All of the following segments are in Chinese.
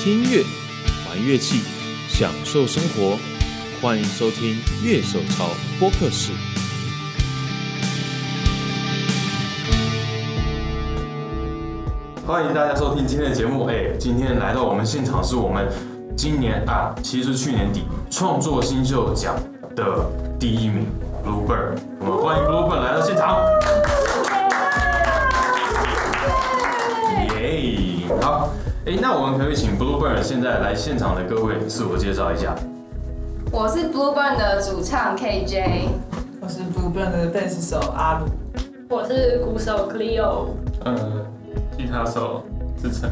听乐，玩乐器，享受生活，欢迎收听《乐手潮播客室》。欢迎大家收听今天的节目。哎，今天来到我们现场是我们今年啊，其实去年底创作新秀奖的第一名 Bluebird。我们欢迎 Bluebird 来到现场。耶！好，哎，那我们可不可以请 Bluebird 现在来现场的各位自我介绍一下。我是 Bluebird 的主唱 KJ，我是 Bluebird 的贝斯手阿鲁。我是鼓手 Cleo，呃，吉他手志成，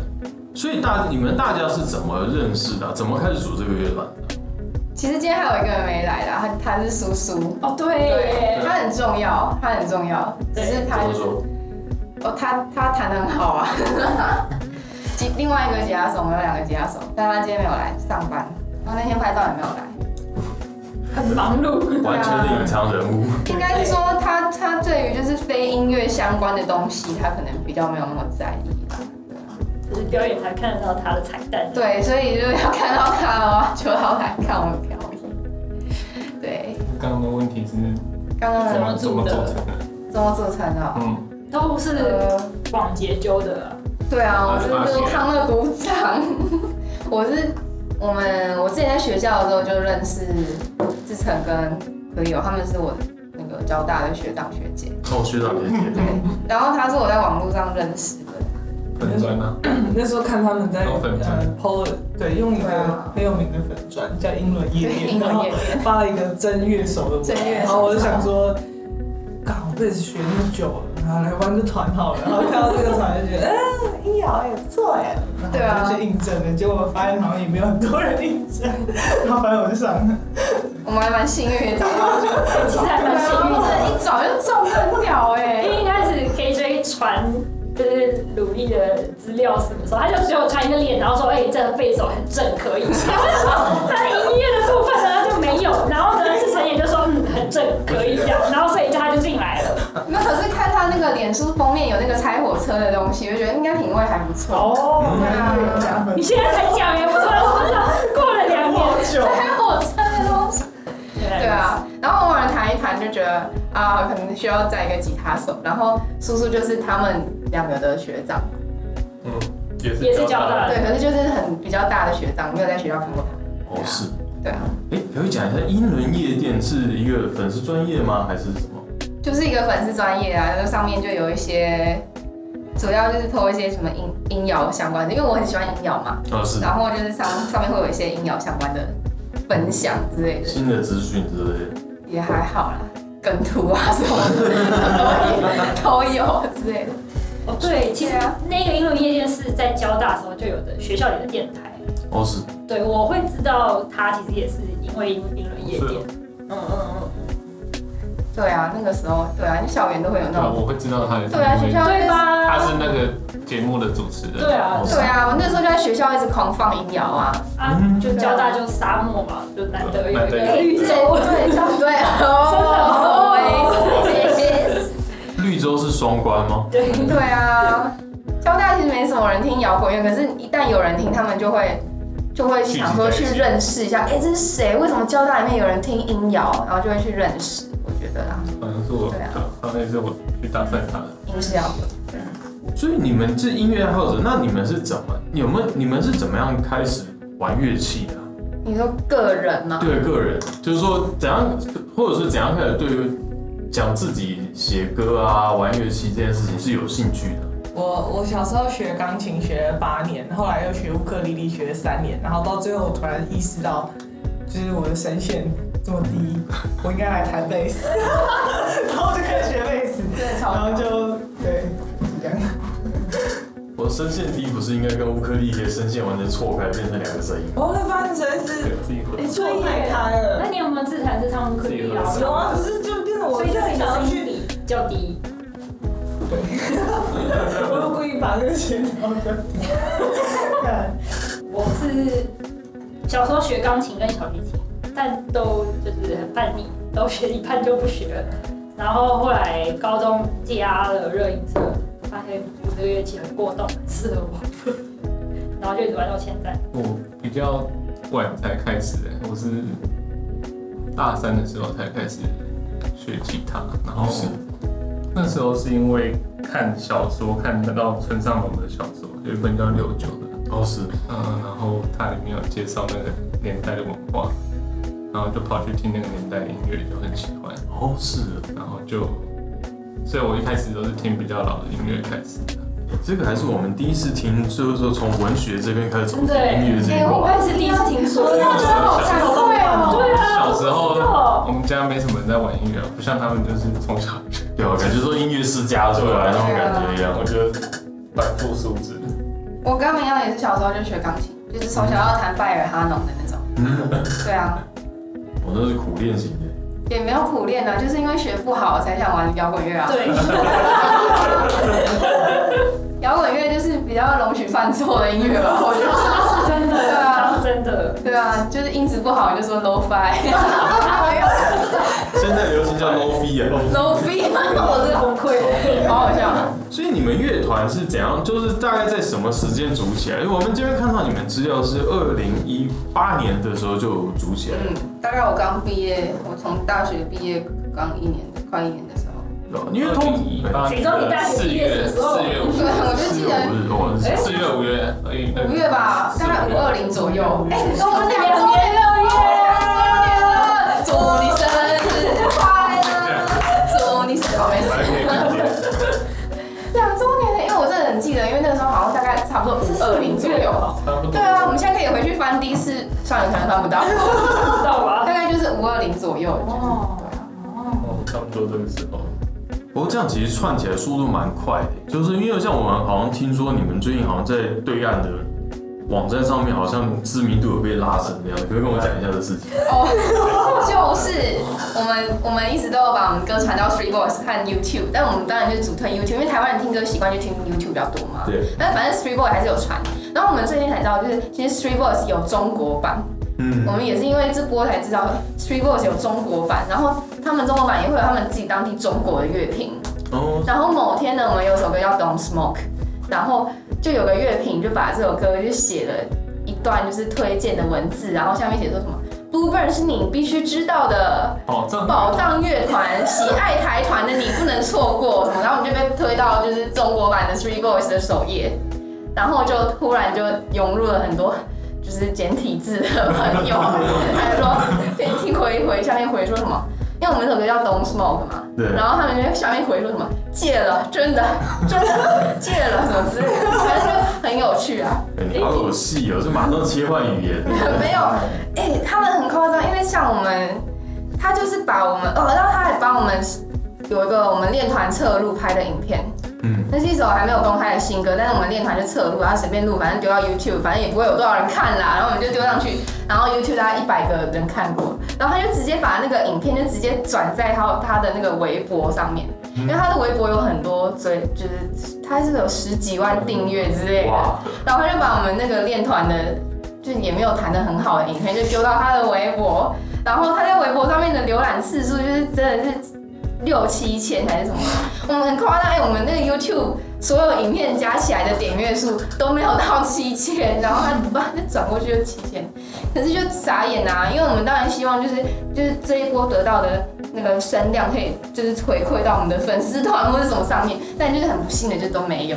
所以大你们大家是怎么认识的？怎么开始组这个乐团的？其实今天还有一个人没来啦，他他是苏苏，哦对耶，他很重要，他很重要，只对是他怎么就是说？哦他他弹得很好啊， 吉另外一个吉他手，我们有两个吉他手，但他今天没有来上班，他那天拍照也没有来，很忙碌，完全的隐藏人物。应该是说他他对于就是非音乐相关的东西，他可能比较没有那么在意吧。就是表演才看得到他的彩蛋。对，所以就是要看到他的话，就要来看我们表演。对，刚刚的问题是刚刚怎的么怎组么的组成的？怎么组成的？嗯，都是呃。广结揪的，对啊，我是康乐鼓掌。我是我们我之前在学校的时候就认识志成跟何友，他们是我那个交大的学长学姐。哦，学长学姐。对， 然后他是我在网络上认识的。粉砖啊，那时候看他们在哦粉专呃 PO 了对，用一个很有名的粉砖叫英伦夜啊对店，英伦然后夜店发了一个真乐手的舞，真乐手然后我就想说，刚我辈子学那么久了，然后来玩个团好了，然后看到这个团就觉得，嗯， 一摇也不错哎，对啊然后就去应征了，结果发现好像也没有很多人应征，然后反正我就上了，我们还蛮幸运 的，啊其实还对蛮啊，幸运的。一早就中很屌哎、因为一开始 KJ 传就是鲁力的资料什么时候，他就只有传一个脸，然后说：“哎、这个背手很正，可以。”然后说但音乐的部分呢就没有，然后呢志成也就说：“嗯，很正，可以这样。”然后所以他就进来了。那可是看他那个脸书封面有那个拆火车的东西，我就觉得应该品味还不错。哦对 啊加 分你，现在才讲也不错，我知道过了两年。好久。拆火车的东西。 对对，啊，然后偶尔弹一弹就觉得啊，可能需要再一个吉他手。然后叔叔就是他们两个的学长，嗯，也是也是交大对，可是就是很比较大的学长，没有在学校看过他。哦，是。对啊，哎，可以讲一下英伦夜店是一个粉丝专业吗？还是什么？就是一个粉丝专业啊，就上面就有一些，主要就是投一些什么音音摇相关的，因为我很喜欢音摇嘛，哦，是然后就是上上面会有一些音摇相关的分享之类的，新的资讯之类的。也还好啦，梗图啊什么的都有之类的。哦对，其实对啊那个英伦夜店是在交大的时候就有的，学校里的电台。哦，是。对，我会知道他其实也是因为英英伦夜是店。嗯嗯对啊，那个时候，对啊，就校园都会有那那种。我会知道他的，对啊，学校嗯，对？他是吧？那个节目的主持人，对哦啊，对啊，我那时候就在学校一直狂放民谣啊，啊嗯，就交大就沙漠嘛，就难得有一难个得绿对洲。对对哦，绿洲是双关吗？对，对啊，交大其实没什么人听摇滚乐，可是一旦有人听，他们就会就会想说去认识一下，哎，这是谁？为什么交大里面有人听音摇？然后就会去认识，我觉得啦，好像是我，对啊好像也是我去搭讪他的。音是摇滚。所以你们是音乐爱好者，那你们是怎么？有没有？你们是怎么样开始玩乐器的啊、你说个人吗？对个人，就是说怎样，或者是怎样开始对于讲自己写歌啊、玩乐器这件事情是有兴趣的？我我小时候学钢琴学了八年，后来又学乌克丽丽学了三年，然后到最后我突然意识到，就是我的声线这么低，我应该来弹贝斯， 然后就开始学贝斯，真的超然后屌就对，是这样。我声线低，不是应该跟乌克丽丽的声线完全错开，变成两个声音？我会发现实在对是自己会你错太开了那，你有没有自弹自唱可以啊？有啊，可是就变成我所以自就己很想想要去去，比较低。我又故意把这个弦调的，看我是小时候学钢琴跟小提琴，但都就是很叛逆，都学一半就不学了。然后后来高中加了热音社，发现我这个乐器很过动，很适合我，然后就一直玩到现在。我比较晚才开始的、我是大三的时候才开始学吉他，然后是那时候是因为看小说，看得到村上隆的小说，有一本叫《六九》的，哦是，嗯，然后它里面有介绍那个年代的文化，然后就跑去听那个年代的音乐，就很喜欢，哦是，然后就，所以我一开始都是听比较老的音乐开始的。这个还是我们第一次听，就是说从文学这边开始走进真的音乐这一哎，我块。也是第一次听说，对啊真的好惭愧哦。对啊，小时我不知道候我们家没什么人在玩音乐，不像他们就是从小，对，啊我感觉说音乐世家出来那种感觉一样。我觉得反复数字，我跟他们一样，也是小时候就学钢琴，就是从小要弹拜尔哈农的那种。对啊，我那是苦练型的。也没有苦练啊，就是因为学不好才想玩摇滚乐啊。 对，摇滚乐就是比较容许犯错的音乐吧，我觉得。是真的，对啊是真的。对啊，就是音质不好就说 low fi，low 现在流行叫 lofi 啊。 fi，我是崩溃，好好笑。所以你们乐团是怎样？就是大概在什么时间组起来？因为我们这边看到你们资料是二零一八年的时候就组起来了，嗯，大概我刚毕业，我从大学毕业刚一年，快一年的时候，对吧因为通一八谁知道你大学四毕业月的时候四月五对，我就四记月得我是哎四月五月二一五月吧，大概五二零左右。哎，我们两周年了耶！祝你生日快乐，祝你生日没事。两周年了，因为我真的很记得，因为那个时候好像大概差不多是二零左右。差不多对啊，我们现在可以回去翻第一次，算了，可能翻不 到，不知道大啊吧？概就是五二零左右。哦对啊，哦差不多这个时候，不过这样其实串起来速度蛮快的，就是因为像我们好像听说你们最近好像在对岸的网站上面好像知名度有被拉升那样，可不可以跟我讲一下这事情？哦，就是我们我们一直都有把我们歌传到 Three Boys 和 YouTube，但我们当然就主推 YouTube，因为台湾人听歌习惯就听 YouTube 比较多嘛。对，但反正 Three Boy 还是有传。然后我们最近才知道，就是其实 Three Boys 有中国版，嗯我，们也是因为这波才知道 Three Boys 有中国版，然后他们中国版也会有他们自己当地中国的乐评。哦，然后某天呢，我们有首歌叫《Don't Smoke》，然后就有个乐评就把这首歌就写了一段就是推荐的文字，然后下面写说什么 “Bluebird 是你必须知道的保障宝藏乐团，喜爱台团的你不能错过”什么，然后我们就被推到就是中国版的 Three Boys 的首页，然后就突然就涌入了很多。就是简体字的朋友，还有说可以听回回下面回说什么？因为我们这首歌叫《Don't Smoke》嘛，对，然后他们就下面回说什么戒了，真的，真的戒了什么之类的，反正就很有趣啊。哎你好有戏哦，这马上切换语言， 没有，哎、他们很夸张，因为像我们，他就是把我们哦，然后他还帮我们有一个我们练团侧录拍的影片，嗯，那是一首还没有公开的新歌，但是我们练团就侧录，然后随便录，反正丢到 YouTube，反正也不会有多少人看啦，然后我们就丢上去，然后 YouTube 大概一百个人看过，然后他就直接把那个影片就直接转在他他的那个微博上面，因为他的微博有很多追，就是他是有十几万订阅之类的，哇，然后他就把我们那个练团的，就是也没有弹的很好的影片，就丢到他的微博，然后他在微博上面的浏览次数就是真的是六七千还是什么，我们很夸张，哎，我们那个 YouTube 所有影片加起来的点阅数都没有到七千，然后他把那转过去就七千，可是就傻眼啊，因为我们当然希望就是就是这一波得到的。那个声量可以就是回馈到我们的粉丝团或者什么上面，但就是很不幸的就都没有。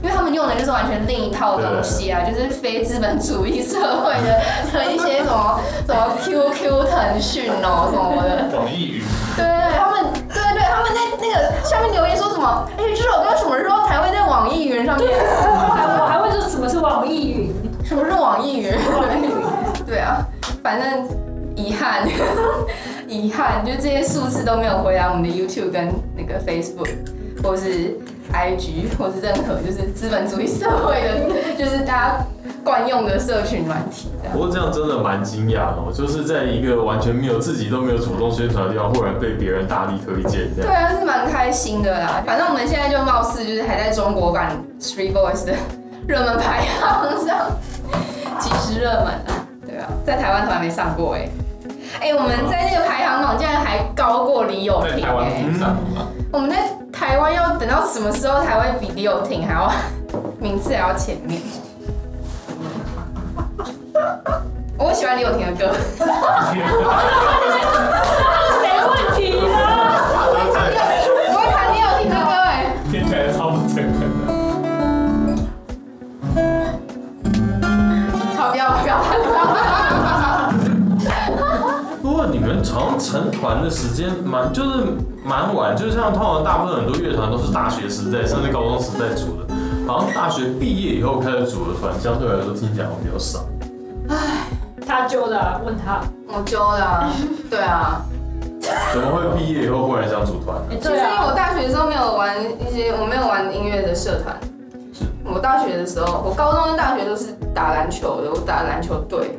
因为他们用的就是完全另一套东西啊，就是非资本主义社会的的一 些什么什么 QQ 腾讯哦什么的，网易云，对对对，他们对对对，他们在那个下面留言说什么？哎，这首歌什么时候才会在网易云上面？我还我还会说什么是网易云？什么是网易云？ 网易云对啊，反正遗憾，遗憾，就这些数字都没有回答我们的 YouTube 跟那个 Facebook，或是 IG，或是任何就是资本主义社会的，就是大家惯用的社群软体这样不。过这样真的蛮惊讶的哦，就是在一个完全没有自己都没有主动宣传的地方，忽然被别人大力推荐，这对样啊，是蛮开心的啦。反正我们现在就貌似就是还在中国版 Three Boys 的 热门排行上， 几十热门啊。对啊，在台湾从来没上过哎、哎、我们在那个排行榜竟然还高过李友在廷台哎、湾不上嘛，我们在台湾要 等到什么时候才会比李友廷还要名次还要前面？ 我喜欢李友廷的歌，没问题啊啦。 我会弹李友廷的歌哎、听起来超不诚恳的。好，不要不要不要。不过你们好像成团的时间蛮就是蛮晚，就是像通常大部分很多乐团都是大学时代甚至高中时代组的，好像大学毕业以后开始组的团，相对来说听起来会比较少。他揪的啊，问他。我揪的、啊，对啊，怎么会毕业以后忽然想组团呢？哎其实对因为啊，我大学的时候没有玩一些，我没有玩音乐的社团。我大学的时候，我高中跟大学都是打篮球的，我打篮球队。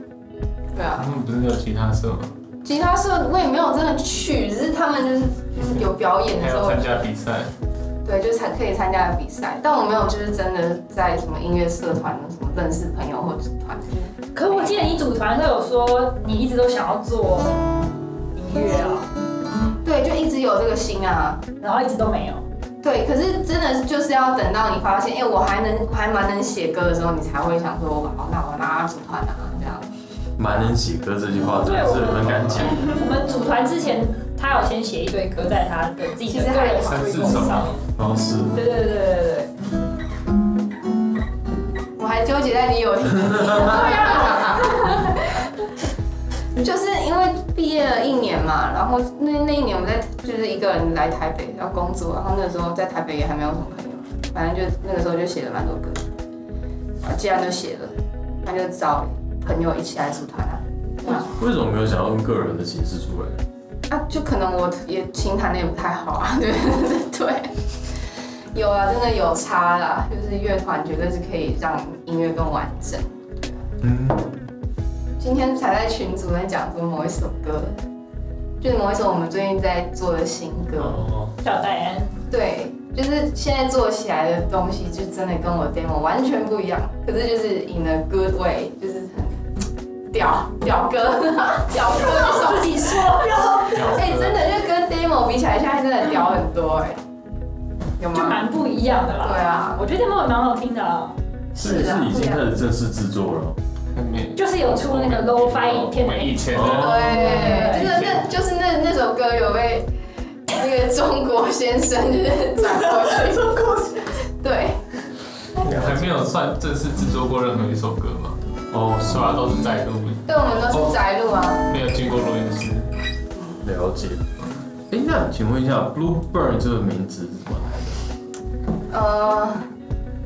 对啊他，们不是有吉他社吗？吉他社我也没有真的去，只是他们就是就是有表演的还时要候，参加比赛，对，就是才可以参加的比赛。但我没有就是真的在什么音乐社团什么认识朋友或组团。可我记得你组团都有说你一直都想要做音乐啊，对，就一直有这个心啊。然后一直都没有。对，可是真的就是要等到你发现，哎、我还能还蛮能写歌的时候，你才会想说，好，那我拿组团啊这样。蛮能写歌这句话真的是很敢讲。我们组团之前，他有先写一堆歌在他的自己的个人其实还三 s 四 t 首 r 上吧面。。然后是对对对对对对。我还纠结在你有就是因为毕业了一年嘛，然后那那一年我在就是一个人来台北要工作，然后那个时候在台北也还没有什么朋友，反正就那个时候就写了蛮多歌，啊，既然都写了，那就找朋友一起来组团啊，对啊，为什么没有想要用个人的形式出来？啊，就可能我也琴弹的也不太好啊， 对对对，有啊，真的有差啦，就是乐团绝对是可以让音乐更完整。嗯，今天才在群组在讲说某一首歌，就是某一首我们最近在做的新歌。哦，小戴安，对，就是现在做起来的东西，就真的跟我 demo 完全不一样。可是就是 in a good way，就是很屌屌哥 屌哥这首自己说，哎、真的就跟 demo 比起来，现在真的屌很多哎、有就吗？蛮不一样的啦。对啊，我觉得 demo 也蛮好听的啊，是是啊是已经开始正式制作了。还没就是有出那个 low fi 影片我的那们以个。前哦的对，就是那就是那那首歌有被那个中国先生就是转过去，中国对。还没有算正式制作过任何一首歌嘛，哦，是吧？都是在录，对，我们都是宅路啊。没有经过录音师。了解。哎，那请问一下，Bluebird 这个名字是怎么来的？呃，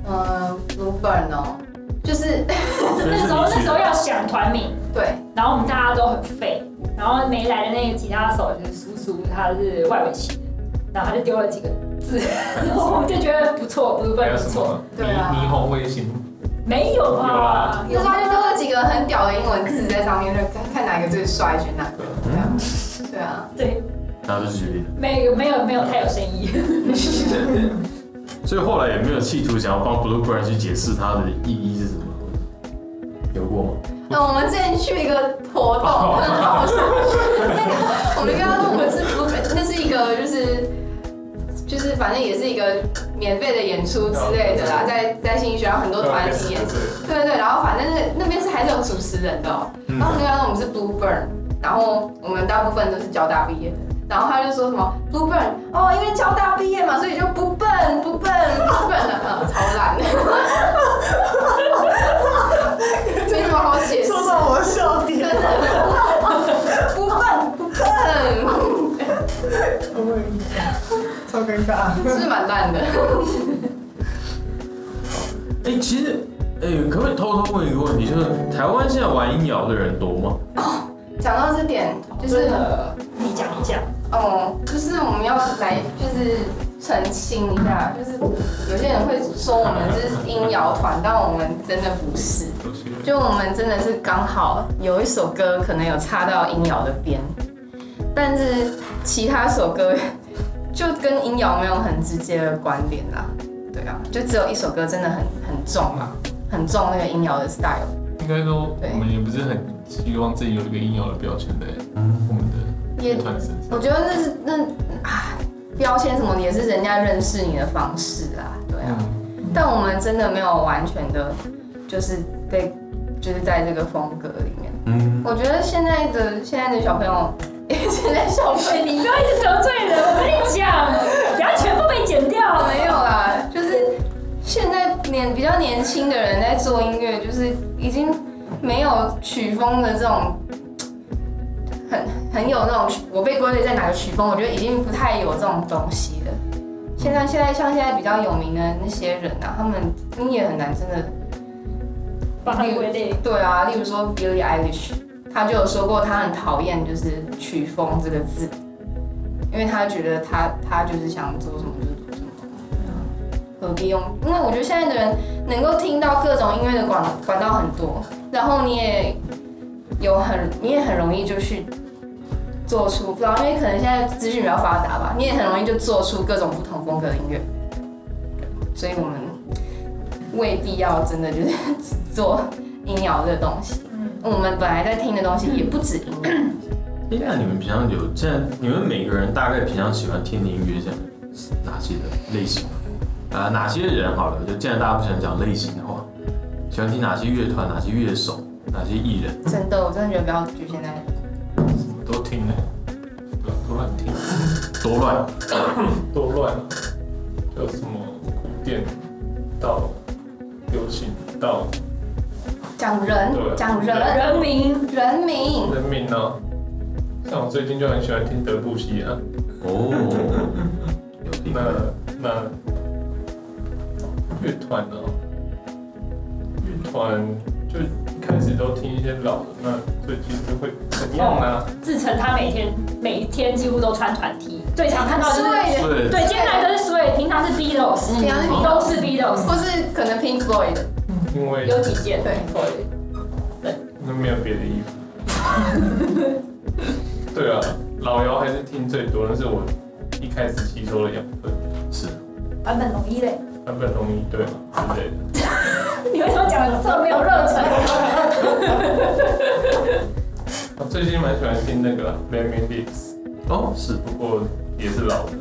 呃，Bluebird 哦，就是那时候那时候要想团名，对，然后我们大家都很废，然后没来的那个吉他手就是叔叔，他是外围系的，然后他就丢了几个字，然后我们就觉得不错还有，Bluebird 不什错，么霓对啊霓虹卫星？没有啊，那时候就丢了几个很屌的英文字在上面，就看看哪一个最帅，选哪个这样。对啊，对，那就举例。没有没有没有太有深意，所以后来也没有企图想要帮 Bluebird 去解释它的意义是什么，有过吗？那我们之前去一个活动，很好笑。那个我们跟他说我们是 Bluebird，那是一个就是。就是反正也是一个免费的演出之类的啦，在在新义学校很多团体演对对对对，然后反正那那边是还是有主持人的、哦，然后那个我们是 Bluebird，然后我们大部分都是交大毕业的，然后他就说什么 Bluebird，哦，因为交大毕业嘛，所以就不笨不笨不笨了，嗯超烂， 没什么好解释，说到我的笑真点的。不笨不笨，我问你超尴尬。是蛮烂的。哎、其实，哎、可不可以偷偷问一个问题，就是台湾现在玩音摇的人多吗？讲到这点，就是真的，你讲一讲，哦，就是我们要来就是澄清一下，就是有些人会说我们是音摇团，但我们真的不是，都是就我们真的是刚好有一首歌可能有插到音摇的边，但是其他首歌就跟音摇没有很直接的关联啦。对啊，就只有一首歌真的很很重啊，很重那个音摇的 style。应该说对我们也不是很希望自己有一个应有的标签在我们的也乐团身上。我觉得那是那唉，标签什么的也是人家认识你的方式啊，对啊。嗯，但我们真的没有完全的，就是被，就是在这个风格里面。嗯，我觉得现在的现在的小朋友， 现在小朋友哎你不要一直得罪人，我跟你讲，然后全部被剪掉。没有啦，就是现在年比较年轻的人在做音乐，就是已经没有曲风的这种。很很有那种我被归类在哪个曲风，我觉得已经不太有这种东西了。现在现在像现在比较有名的那些人啊，他们你也很难真的把它归类。对啊，例如说 Billie Eilish，她就有说过她很讨厌就是曲风这个字，因为她觉得她她就是想做什么就是做什么，何必用？因为我觉得现在的人能够听到各种音乐的管管道很多，然后你也有很你也很容易就去。做出不知道，因为可能现在资讯比较发达吧，你也很容易就做出各种不同风格的音乐，所以我们未必要真的就是 只做音疗的东西。嗯我们本来在听的东西也不止音乐，哎，那你们平常有现在你们每个人大概平常喜欢听的音乐是哪些的类型？啊，哪些人好了？就既然大家不想讲类型的话，喜欢听哪些乐团、哪些乐手、哪些艺人？真的，我真的觉得不要局限在。什么都听呢，对啊，都乱听，多乱！多乱，有什么古典到流行到讲人对，啊讲人，人民人名，人民呢？像我最近就很喜欢听德布西啊，哦，有地那方。那乐团呢？乐团就一开始都听一些老的，那最近就会怎样啊？自成他每天每一天几乎都穿团体，最常看到就是对，对对，今天来的是所以平常是 Beatles，嗯平常是都是 Beatles，或是可能 Pink Floyd 的，因为有几件对那没有别的衣服。 对啊，老姚还是听最多，那是我一开始吸收的养分，是版本统一嘞。 版本容易对嘛之类的。你为什么讲的这么没有热忱？我最近蛮喜欢听那个 Lemon Lips，哦，是不过也是老的。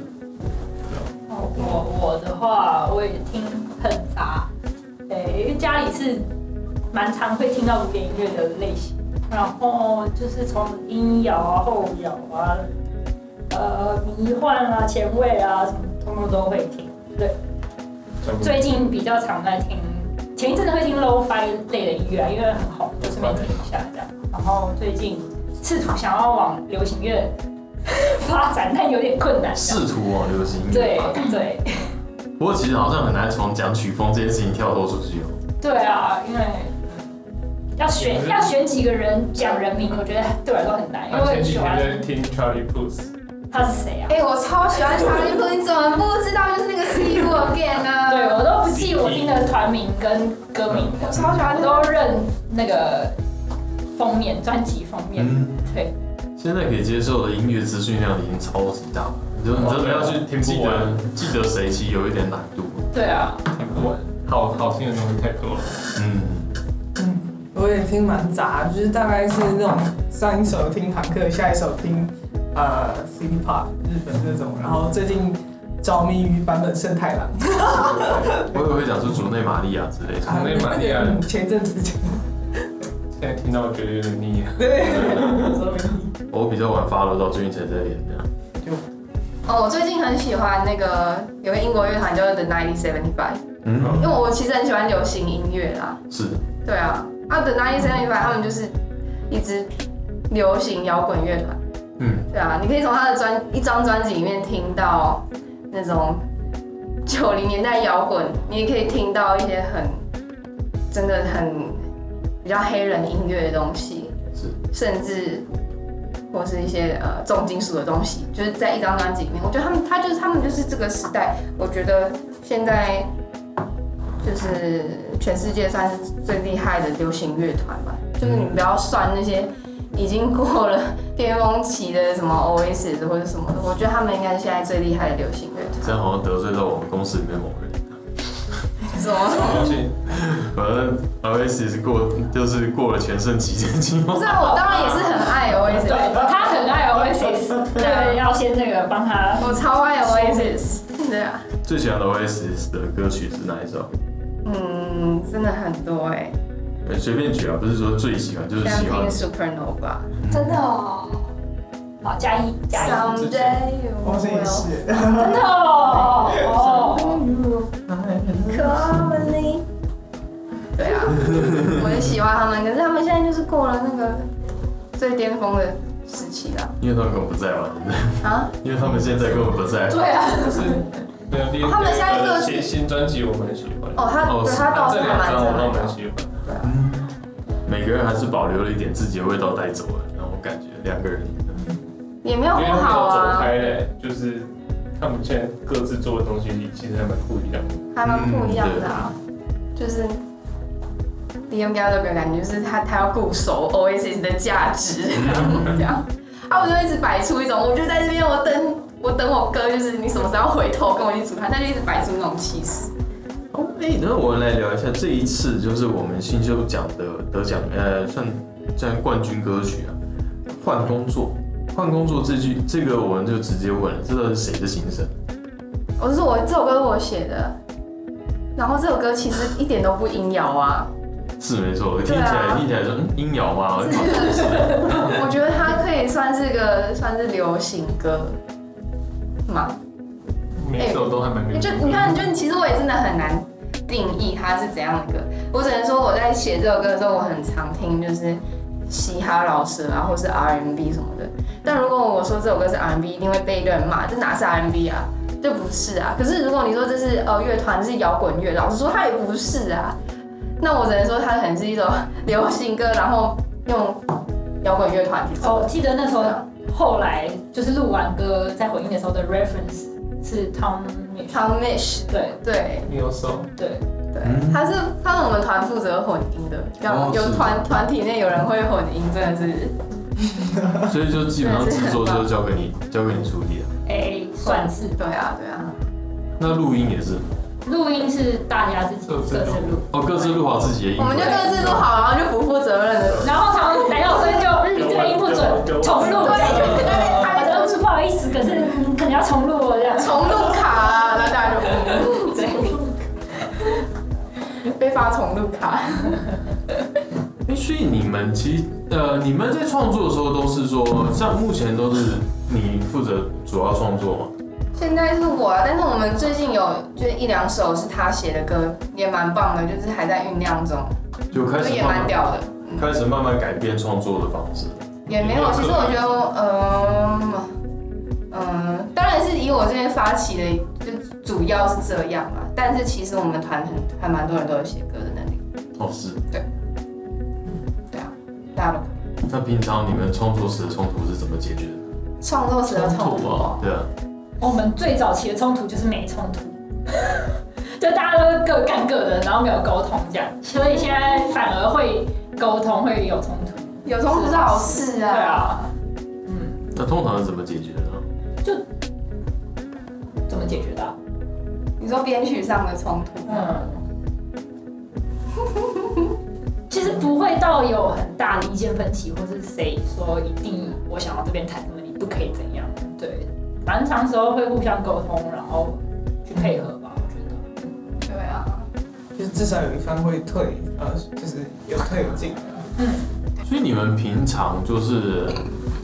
哦我我的话，我也听很杂，对，因为家里是蛮常会听到古典音乐的类型，然后就是从音摇啊、后摇啊、呃迷幻啊、前卫啊，什么通通都会听。对，像最近比较常在听，前一阵子会听 low fi 类的音乐啊，因为很红，就顺便听一下这样。然后最近试图想要往流行乐发展，但有点困难。试图往流行音乐对发展。对。不过其实好像很难从讲曲风这件事情跳脱出去哦。对啊，因为要选要选几个人讲人名，我觉得对我来说很难，因为他我前很几喜天欢在听 Charlie Puth，他是谁啊？哎、我超喜欢 Charlie Puth，你怎么不知道？就是那个 See You Again 啊， 对，我都不记我听的团名跟歌名我的，超喜欢他。我都认那个封面专辑封面。嗯，对，现在可以接受的音乐资讯量已经超级大了，你就你真的要去听记不完得记得谁，其实有一点难度。对啊，听不完，好好听的东西太多了。嗯，我也听蛮杂，就是大概是那种上一首听朋克，下一首听呃 City Pop 日本这种，然后最近着迷于版本圣太郎，我也会讲出竹内玛利亚之类的。啊那蛮厉害的嗯 前阵子讲现在听到觉得有点腻了。对， 说明你嗯我比较晚发了到最近才在练这样。哦，我最近很喜欢那个有个英国乐团叫 The Ninety Seventy Five，因嗯，为我其实很喜欢流行音乐啦。是对啊，啊，The Ninety Seventy Five 他们就是一支流行摇滚乐团。嗯，对啊，你可以从他的专一张专辑里面听到那种九零年代摇滚，你也可以听到一些很真的很比较黑人音乐的东西，是，甚至或是一些呃重金属的东西，就是在一张专辑里面。我觉得他们，他就是他们就是这个时代，我觉得现在就是全世界算是最厉害的流行乐团吧。就是你不要算那些已经过了巅峰期的什么 Oasis 或者什么的，我觉得他们应该是现在最厉害的流行乐这样好像得罪到我们公司里面某人。团。什么？我去，反正 Oasis 过就是过了全盛期间，几乎不是啊，我当然也是很爱 Oasis，对，他很爱 Oasis，对，要先那个帮他。我超爱 Oasis。对啊，最喜欢的 Oasis 的歌曲是哪一首？嗯，真的很多哎、呃随便举啊，不是说最喜欢，就是像喜欢听 Supernova。真的哦，好加一加一， Someday 我这也 you 是。真的哦哦， will call me。对啊，我很喜欢他们，可是他们现在就是过了那个最巅峰的时期了因为他们根本不在嘛，啊！因为他们现在根本不在。对啊，就是没有第一他们现在各自新新专辑我蛮喜欢的，哦，他哦对是他倒啊这是还两蛮张我正都的蛮。喜欢。每个人还是保留了一点自己的味道带走了，让我感觉两个人也没有因为不他们好有走啊，开嘞，就是他们现在各自做的东西其实还蛮不一样的。还蛮不一样的啊，就是 DM g a l l a g 感觉就是他他要固守 Oasis 的价值，这样，啊，我就一直摆出一种，我就在这边，我等我等我哥，就是你什么时候要回头跟我一起煮饭，他就一直摆出那种气势。哦，哎、那我们来聊一下这一次，就是我们新秀奖的得奖，呃，算算冠军歌曲啊，换工作，换工作这句，这个我们就直接问了，这到底是谁的心声？我是我这首歌是我写的，然后这首歌其实一点都不阴摇 啊，是没错，听起对来、啊听起来说嗯音摇 嘛，是我觉得它可以算是个算是流行歌嘛。每一首都还蛮你流哎就行的你看，你就其实我也真的很难定义它是怎样的歌，我只能说我在写这首歌的时候，我很常听就是嘻哈老舌啊，或是 R&B 什么的。但如果我说这首歌是 R&B，一定会被一堆人骂，这哪是 R&B 啊？这不是啊。可是如果你说这是呃乐团这是摇滚乐，老实说它也不是啊。那我只能说它可能是一种流行歌，然后用摇滚乐团去哦，做我的。记得那时候后来就是录完歌在回应的时候的 reference 是 Tom Misch， Tom Mish，对对，你有手，对，对嗯，他是他是我们团负责混音的，这样哦有是团团体内有人会混音，真的是所以就基本上制作就交给你，交给你处理了。哎，算是对啊对啊，那录音也是，录音是大家自己各各自自录，哦，各自录好自己的音我们就各自录好，然后就不负责任的。 然后他们来到这就嗯这个音不准，重录，对，我他都是不好意思，可是嗯可能要重录哦这样。重录卡啊，那大家就嗯对被发重录 卡。哎、所以你们其实呃，你们在创作的时候都是说，像目前都是你负责主要创作嘛？现在是我啊，但是我们最近有就是一两首是他写的歌，也蛮棒的，就是还在酝酿中，就开就始也慢蛮慢屌的。嗯开始慢慢改变创作的方式。也没有，其实我觉得，嗯、嗯、当然是以我这边发起的，就主要是这样嘛。但是其实我们团很还蛮多人都有写歌的能力，哦，是。对啊，大家都那平常你们创作时的冲突是怎么解决的？创作时的冲突哦，对啊，我们最早期的冲突就是没冲突， 就大家都各干各的，然后没有沟通这样，所以现在反而会沟通，会有冲突。有冲突是好事对啊。啊，嗯，那通常是怎么解决的呢？怎么解决的啊、你说编曲上的冲突，嗯， 其实不会到有很大的意见分歧，或是谁说一定我想要这边谈什么，你不可以怎样。对，蛮长时候会互相沟通，然后去配合吧，我觉得。对啊，就是至少有一方会退，呃，就是有退有进。所以你们平常就是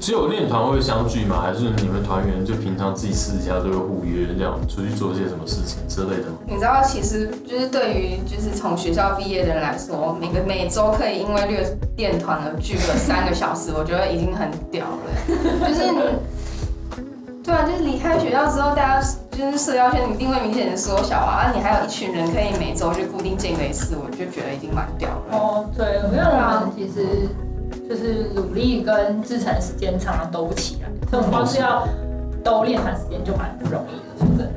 只有练团会相聚吗？还是你们团员就平常自己私底下都会互约，这样出去做些什么事情之类的吗？你知道，其实就是对于就是从学校毕业的人来说，每个每周可以因为练练团而聚个三个小时，我觉得已经很屌 了。就是你，对啊，就是离开学校之后，大家就是社交圈一定会明显的缩小啊。啊你还有一群人可以每周就固定见个一次，我就觉得已经蛮屌了。哦，对，我们我们其实就是努力跟制成时间常常都不起来，所以我们光是要都练团时间就蛮不容易的，说真的。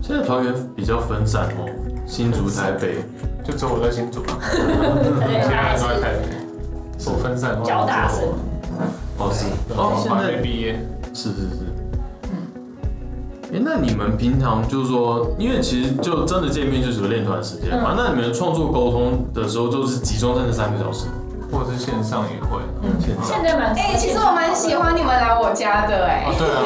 现在团员比较分散哦，新竹、台北，就只有我在新竹嘛，对，啊其大家他人是都在台北。手分散的话，脚大声，哦是哦，，哦现现在在没毕业，是是是。哎、那你们平常就是说，因为其实就嗯真的见面就只有练团时间嘛，那你们创作沟通的时候，就是集中在那三个小时吗。或者是线上也会啊，线上现在蛮哎、其实我蛮喜欢你们来我家的哎、哦 对啊，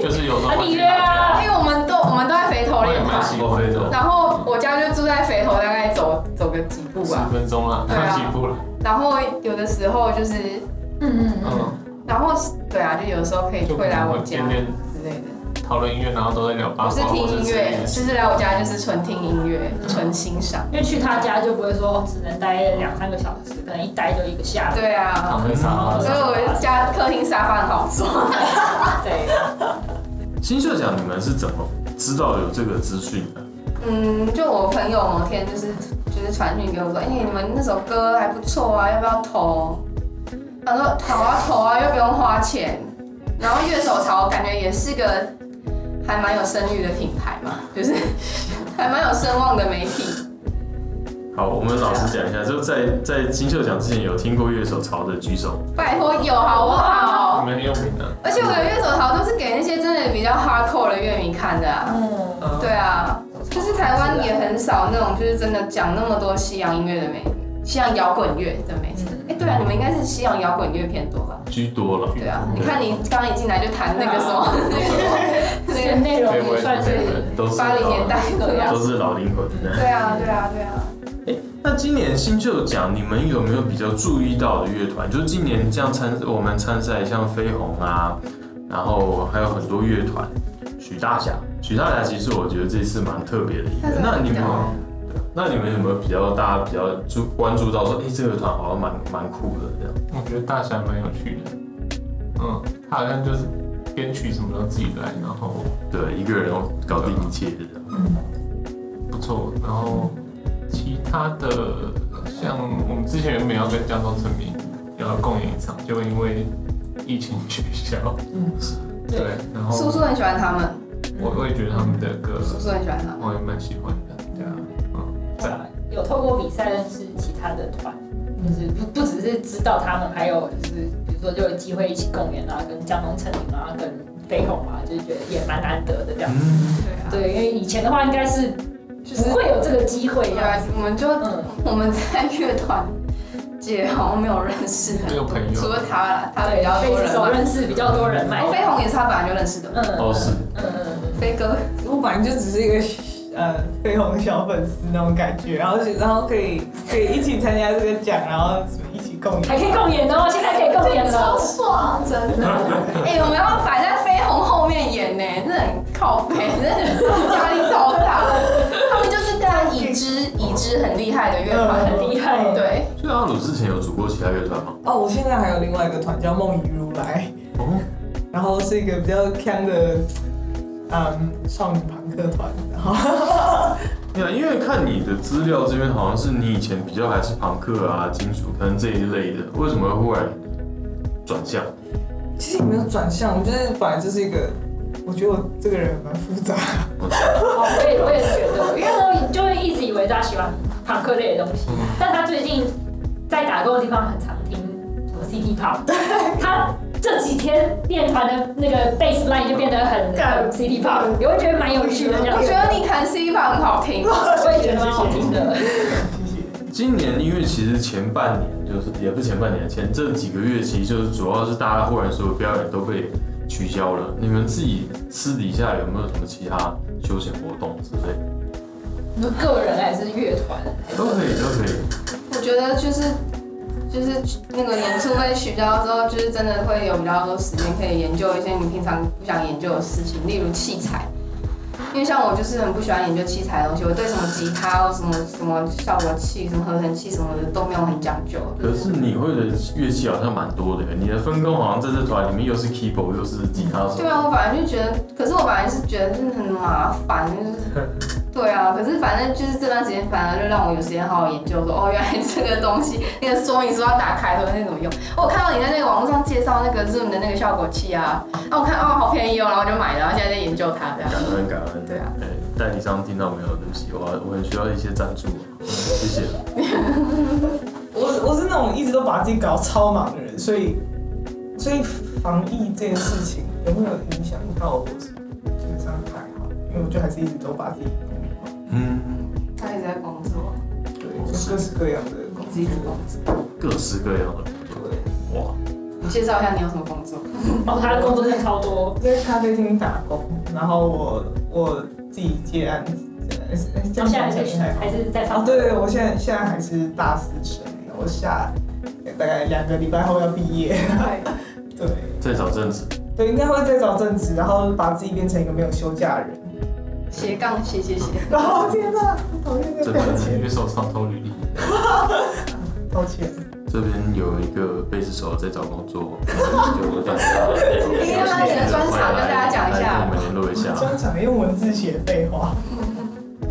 就是有时候啊会你去约啊因为我们都我们都在肥头我也练蛮团，喜欢哦的，然后我家就住在肥头，大概走走个几步吧十。分钟啦，对啊几步了，然后有的时候就是，嗯嗯嗯，嗯，然后对啊，就有的时候可以就会来我家天天之类的。讨论音乐，然后都在聊八不卦，是听或者音吃乐，零食就是来我家就是纯听音乐，纯欣赏。因为去他家就不会说哦只能待两三个小时，可能一待就一个下午。对啊，躺在沙发所以上，我家客厅沙发很好坐。 对，新秀奖你们是怎么知道有这个资讯的？嗯，就我朋友某天就是就是传讯给我说，哎、你们那首歌还不错啊，要不要投？他说好啊投啊，又不用花钱。然后乐手潮感觉也是个还蛮有声誉的品牌嘛，就是 还蛮有声望的媒体。好，我们老实讲一下，就在在金秀奖之前有听过乐手潮的举手，拜托有好不哦好？你们很有名啊，而且我的乐手潮都是给那些真的比较 hardcore 的乐迷看的啊。嗯，对啊，就是台湾也很少那种，就是真的讲那么多西洋音乐的媒体，西洋摇滚乐的媒体。嗯哎、对啊，你们应该是西洋摇滚乐偏多吧？居多嗯了，对啊，你看你刚一进来就谈那个什么，这 那个个内容也算是对对都是八零老年代的呀。都是老灵魂的。对啊，对啊，对啊。那今年新秀奖你们有没有比较注意到的乐团？就是今年这样参我们参赛，像飞鸿啊，然后还有很多乐团，许大侠，许大侠其实我觉得这次蛮特别的一他个是。那你们很屌那你们有没有比较大家比较注关注到说，哎、这个团好像蛮蛮酷的这样？我觉得大侠蛮有趣的，嗯，他好像就是编曲什么都自己来，然后对，一个人要搞定一切的这样。不错，然后其他的像我们之前原本要跟江东成明要共演一场，就因为疫情取消，嗯对，然后叔叔很喜欢他们，我我也觉得他们的歌叔叔很喜欢他们。我也蛮喜欢的，对啊，嗯，对啊有透过比赛认识其他的团，就是不不只是知道他们，还有就是比如说就有机会一起共演啊，跟江东成林啊，跟飞鸿啊，就是觉得也蛮难得的这样。对啊。对，因为以前的话应该是不会有这个机会这对样。啊，我们就嗯 我们在乐团界好像没有认识很没有多朋，友除了他啦，他比对，较贝多斯人手嘛。认识比较多人脉哦，。飞鸿也是他本来就认识的嘛，嗯，哦，是，嗯嗯飞哥。我本来就只是一个呃绯红小粉丝那种感觉，然后就然后可以可以一起参加这个奖，然后一起共还演。可以共演哦，现在可以共演了。爽， 真的！哎、我们要摆在飞鸿后面演呢，真的很靠背，真的压力超大。他们就是大家已知已知很厉害的乐团，很厉嗯厉害害。对，所以阿鲁之前有组过其他乐团吗？哦，我现在还有另外一个团叫梦怡如来，哦， 然后是一个比较强的嗯少女朋克团，然后 对啊，因为看你的资料这边好像是你以前比较还是朋克啊、金属，可能这一类的，为什么会忽然转向？其实也没有转向，我就是本来就是一个，我觉得我这个人蛮复杂，哦，我也我也觉得，因为我就会一直以为他喜欢朋克类的东西，嗯但他最近在打工的地方很常听什么 City Pop，他这几天练团的那个 bass line 就变得很很 City Pop，你会觉得蛮有趣的这样我觉，得你弹 C 版很好听。 我也觉得蛮 好听的。谢谢。今年因为其实前半年就是也不是前半年，前这几个月其实就是主要是大家忽然所有表演都被取消了。你们自己私底下有没有什么其他休闲活动之类的？你说个人还是乐团？都可以，都可以。我觉得就是就是那个演出被取消之后，就是真的会有比较多时间可以研究一些你平常不想研究的事情，例如器材。因为像我就是很不喜欢研究器材的东西，我对什么吉他、什么什么效果器、什么合成器什么的都没有很讲究。可是你会的乐器好像蛮多的耶，你的分工好像在这团里面又是 keyboard 又是吉他手对。啊，我本来就觉得，可是我本来是觉得就是很麻烦，就是对啊。可是反正就是这段时间，反而就让我有时间好好研究说，哦，原来这个东西那个说明书要打开的时候那怎么用。哦我看到你在那个网络上介绍那个 Zoom 的那个效果器啊，啊，我看哦好便宜哦，然后我就买了，然后现在在研究它这样。感恩感恩。对啊哎，代理商听到没有？对不起，我我很需要一些赞助，嗯谢谢。我是我是那种一直都把自己搞超忙的人，所以所以防疫这件事情有没有影响到我？基本上还好，因为我就还是一直都把自己弄忙嗯，他一直在工作，对，就各式各样的工作。己是老师。各式各样的，哇，你介绍一下你有什么工作？哦，他的工作真的超多，在咖啡厅打工，然后我我自己接案子，呃这然样后现在讲起来还是在哦上，对对，我现在现在还是大四生，我下大概两个礼拜后要毕业。 对再找阵子，对，应该会再找正职，然后把自己变成一个没有休假的人。 斜杠斜斜斜，然后天哪，好讨厌这真表的情，月手超投履历，抱歉。这边有一个贝斯手在找工作，就大家， 你要把你的专场跟大家讲一下来跟我们联络一下。专场用文字写废话，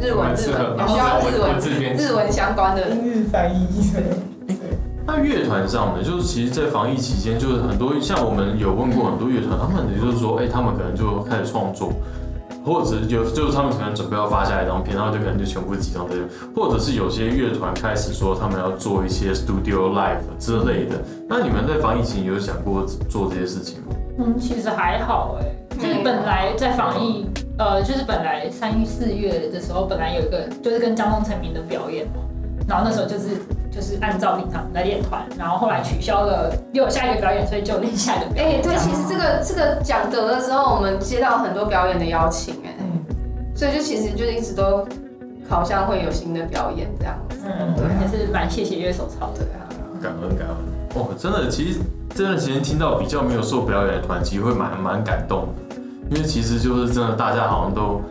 日文日文，有需要日文日文相关的英日翻译的。对，那乐团上的，就是其实，在防疫期间，就是很多像我们有问过很多乐团，他们也就是说，哎、他们可能就开始创作，或者有就是他们可能准备要发下一张片，然后就可能就全部集中在这，或者是有些乐团开始说他们要做一些 studio live 之类的。那你们在防疫期间有想过做这些事情吗？嗯，其实还好嗯哎，就是本来在防疫，呃，就是本来三四月的时候，本来有一个就是跟江东成明的表演嘛，然后那时候就是就是按照平常来练团，然后后来取消了，又有下一个表演，所以就练下一个表哎、演。对，这样其实这个这个讲得了之后，我们接到很多表演的邀请、哎，嗯所以就其实就一直都好像会有新的表演这样子。嗯，对啊还是蛮谢谢乐手操的对。啊，感恩感恩。哦，真的，其实这段时间听到比较没有受表演的团，其实会蛮蛮感动的，因为其实就是真的，大家好像都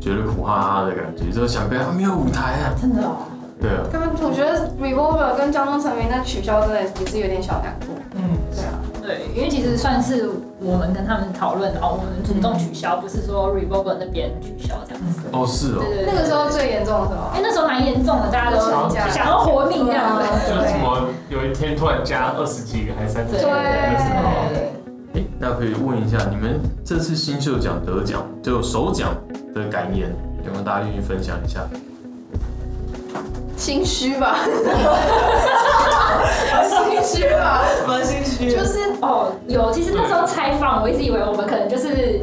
觉得苦哈哈的感觉，就是想表演没有舞台啊。真的哦，对啊，但我觉得 Revolver 跟江东成明那取消真的也是有点小难过。嗯，对啊，对，因为其实算是我们跟他们讨论哦，我们主动取消，不是说 Revolver 那边取消这样嗯子。哦是哦对，对对那个时候最严重的时候因为那时候蛮严重的，大家都吵架想哎要活命这样子。就对啊是什么有一天突然加二十几个还是三十几对啊个，那时候对，哎，那可以问一下，你们这次新秀奖得奖就首奖的感言，有没有大家愿意分享一下？心虚吧，心虚吧，蛮心虚就的。是哦，有，其实那时候采访，我一直以为我们可能就是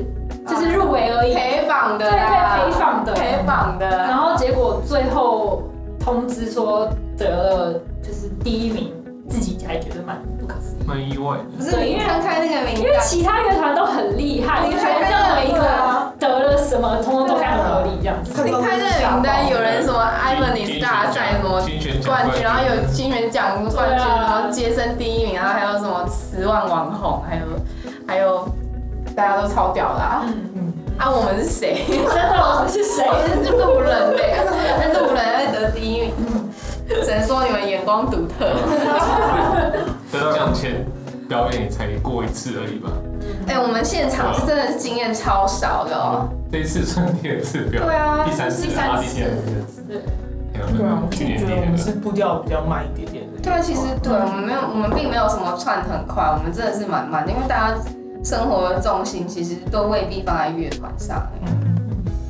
就是入围而已，陪访的对啦，对陪访的陪访然的，后结果最后通知说得了就是第一名，自己还觉得蛮不可思议。蛮意外的。不是你看看那个名因为单，其他乐团都很厉害，啊就觉得任何一个得了什么，通通都非常合理这样子。你看这个名单，有人什么艾文尼金斯大赛什么金选奖冠军，然后有金元奖冠对军，啊然后接生第一名，然后还有什么十万网红，还有还有大家都超屌的啊！嗯啊，我们是谁？ 真的，我们是谁？我们是路人呗，那路人会得第一名，只能说你们眼光独特。得啊奖前表演也才过一次而已吧，哎，我们现场是真的是经验超少的哦。这一次算第二次表演，对啊第三次啊，第第三次三次，对还有对啊，那我个自去己年觉底得我们那是个，步调比较慢一点点的。对啊，其实对我们没有，我们并没有什么窜得很快，我们真的是蛮慢的，因为大家生活的重心其实都未必放在乐团上。嗯，啊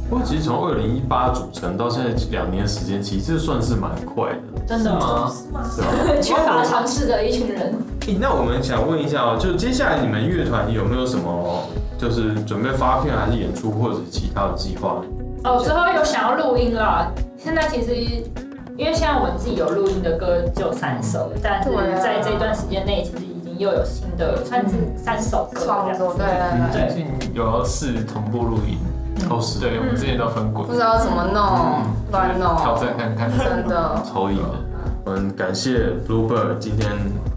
不过其实从二零一八组成到现在两年时间，其实这算是蛮快的，真的 吗？是吗？对吧？缺乏尝试的一群人。欸那我们想问一下哦，就接下来你们乐团有没有什么就是准备发片还是演出或者其他的计划？嗯哦，之后有想要录音啦。现在其实，因为现在我们自己有录音的歌只有三首，但是对啊在这段时间内，其实已经又有新的，算是三首歌创这样。作，对啊对对，最近有要试同步录音，哦，是对，我们之前都分过不，知道怎么弄，乱弄，挑战看看。真 的。超硬的。我们感谢 Bluebird 今天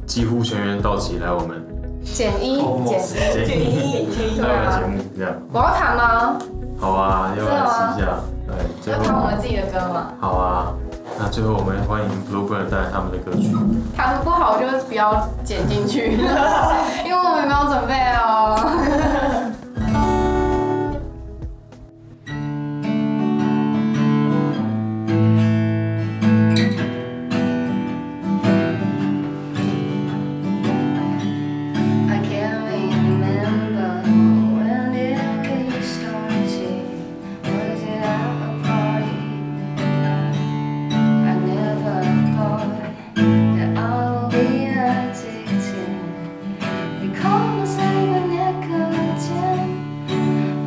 几乎全员到齐来我们减一哦减一，节建议建议来我们节目这样，我要弹吗？好啊，要不要来试一下？对，最哦要弹我后们自己的歌吗？好啊。那最后我们欢迎 Bluebird 带来他们的歌曲。弹得不好就不要剪进 去，因为我们没有准备哦。I can't remember when did we start Was it at a party? I never thought that I would be addicted. Because I'm a nicotine.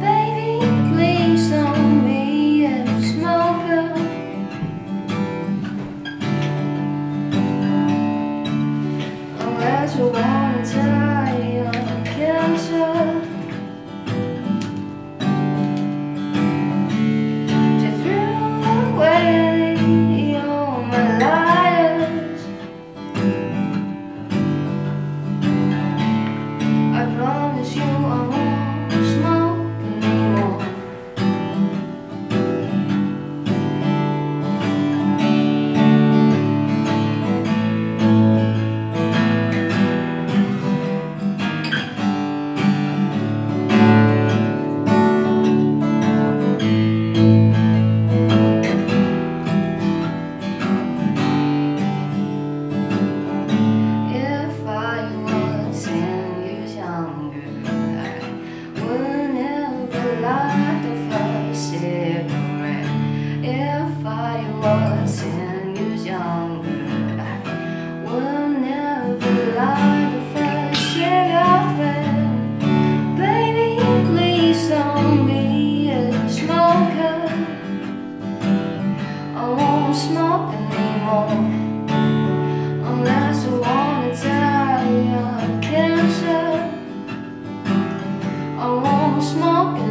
Oh, smoking